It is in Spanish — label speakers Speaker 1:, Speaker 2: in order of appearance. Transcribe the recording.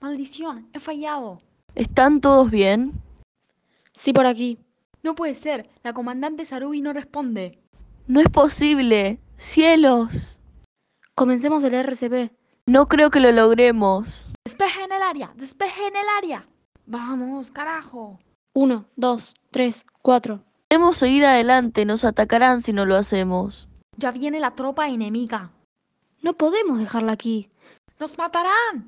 Speaker 1: Maldición, he fallado.
Speaker 2: ¿Están todos bien?
Speaker 3: Sí, por aquí.
Speaker 1: No puede ser, la comandante Sarubi no responde.
Speaker 2: No es posible. Cielos.
Speaker 3: Comencemos el RCP.
Speaker 2: No creo que lo logremos.
Speaker 1: Despeje en el área, despeje en el área. Vamos, carajo.
Speaker 3: Uno, dos, tres, cuatro.
Speaker 2: Debemos seguir adelante. Nos atacarán si no lo hacemos.
Speaker 1: Ya viene la tropa enemiga.
Speaker 3: No podemos dejarla aquí.
Speaker 1: ¡Nos matarán!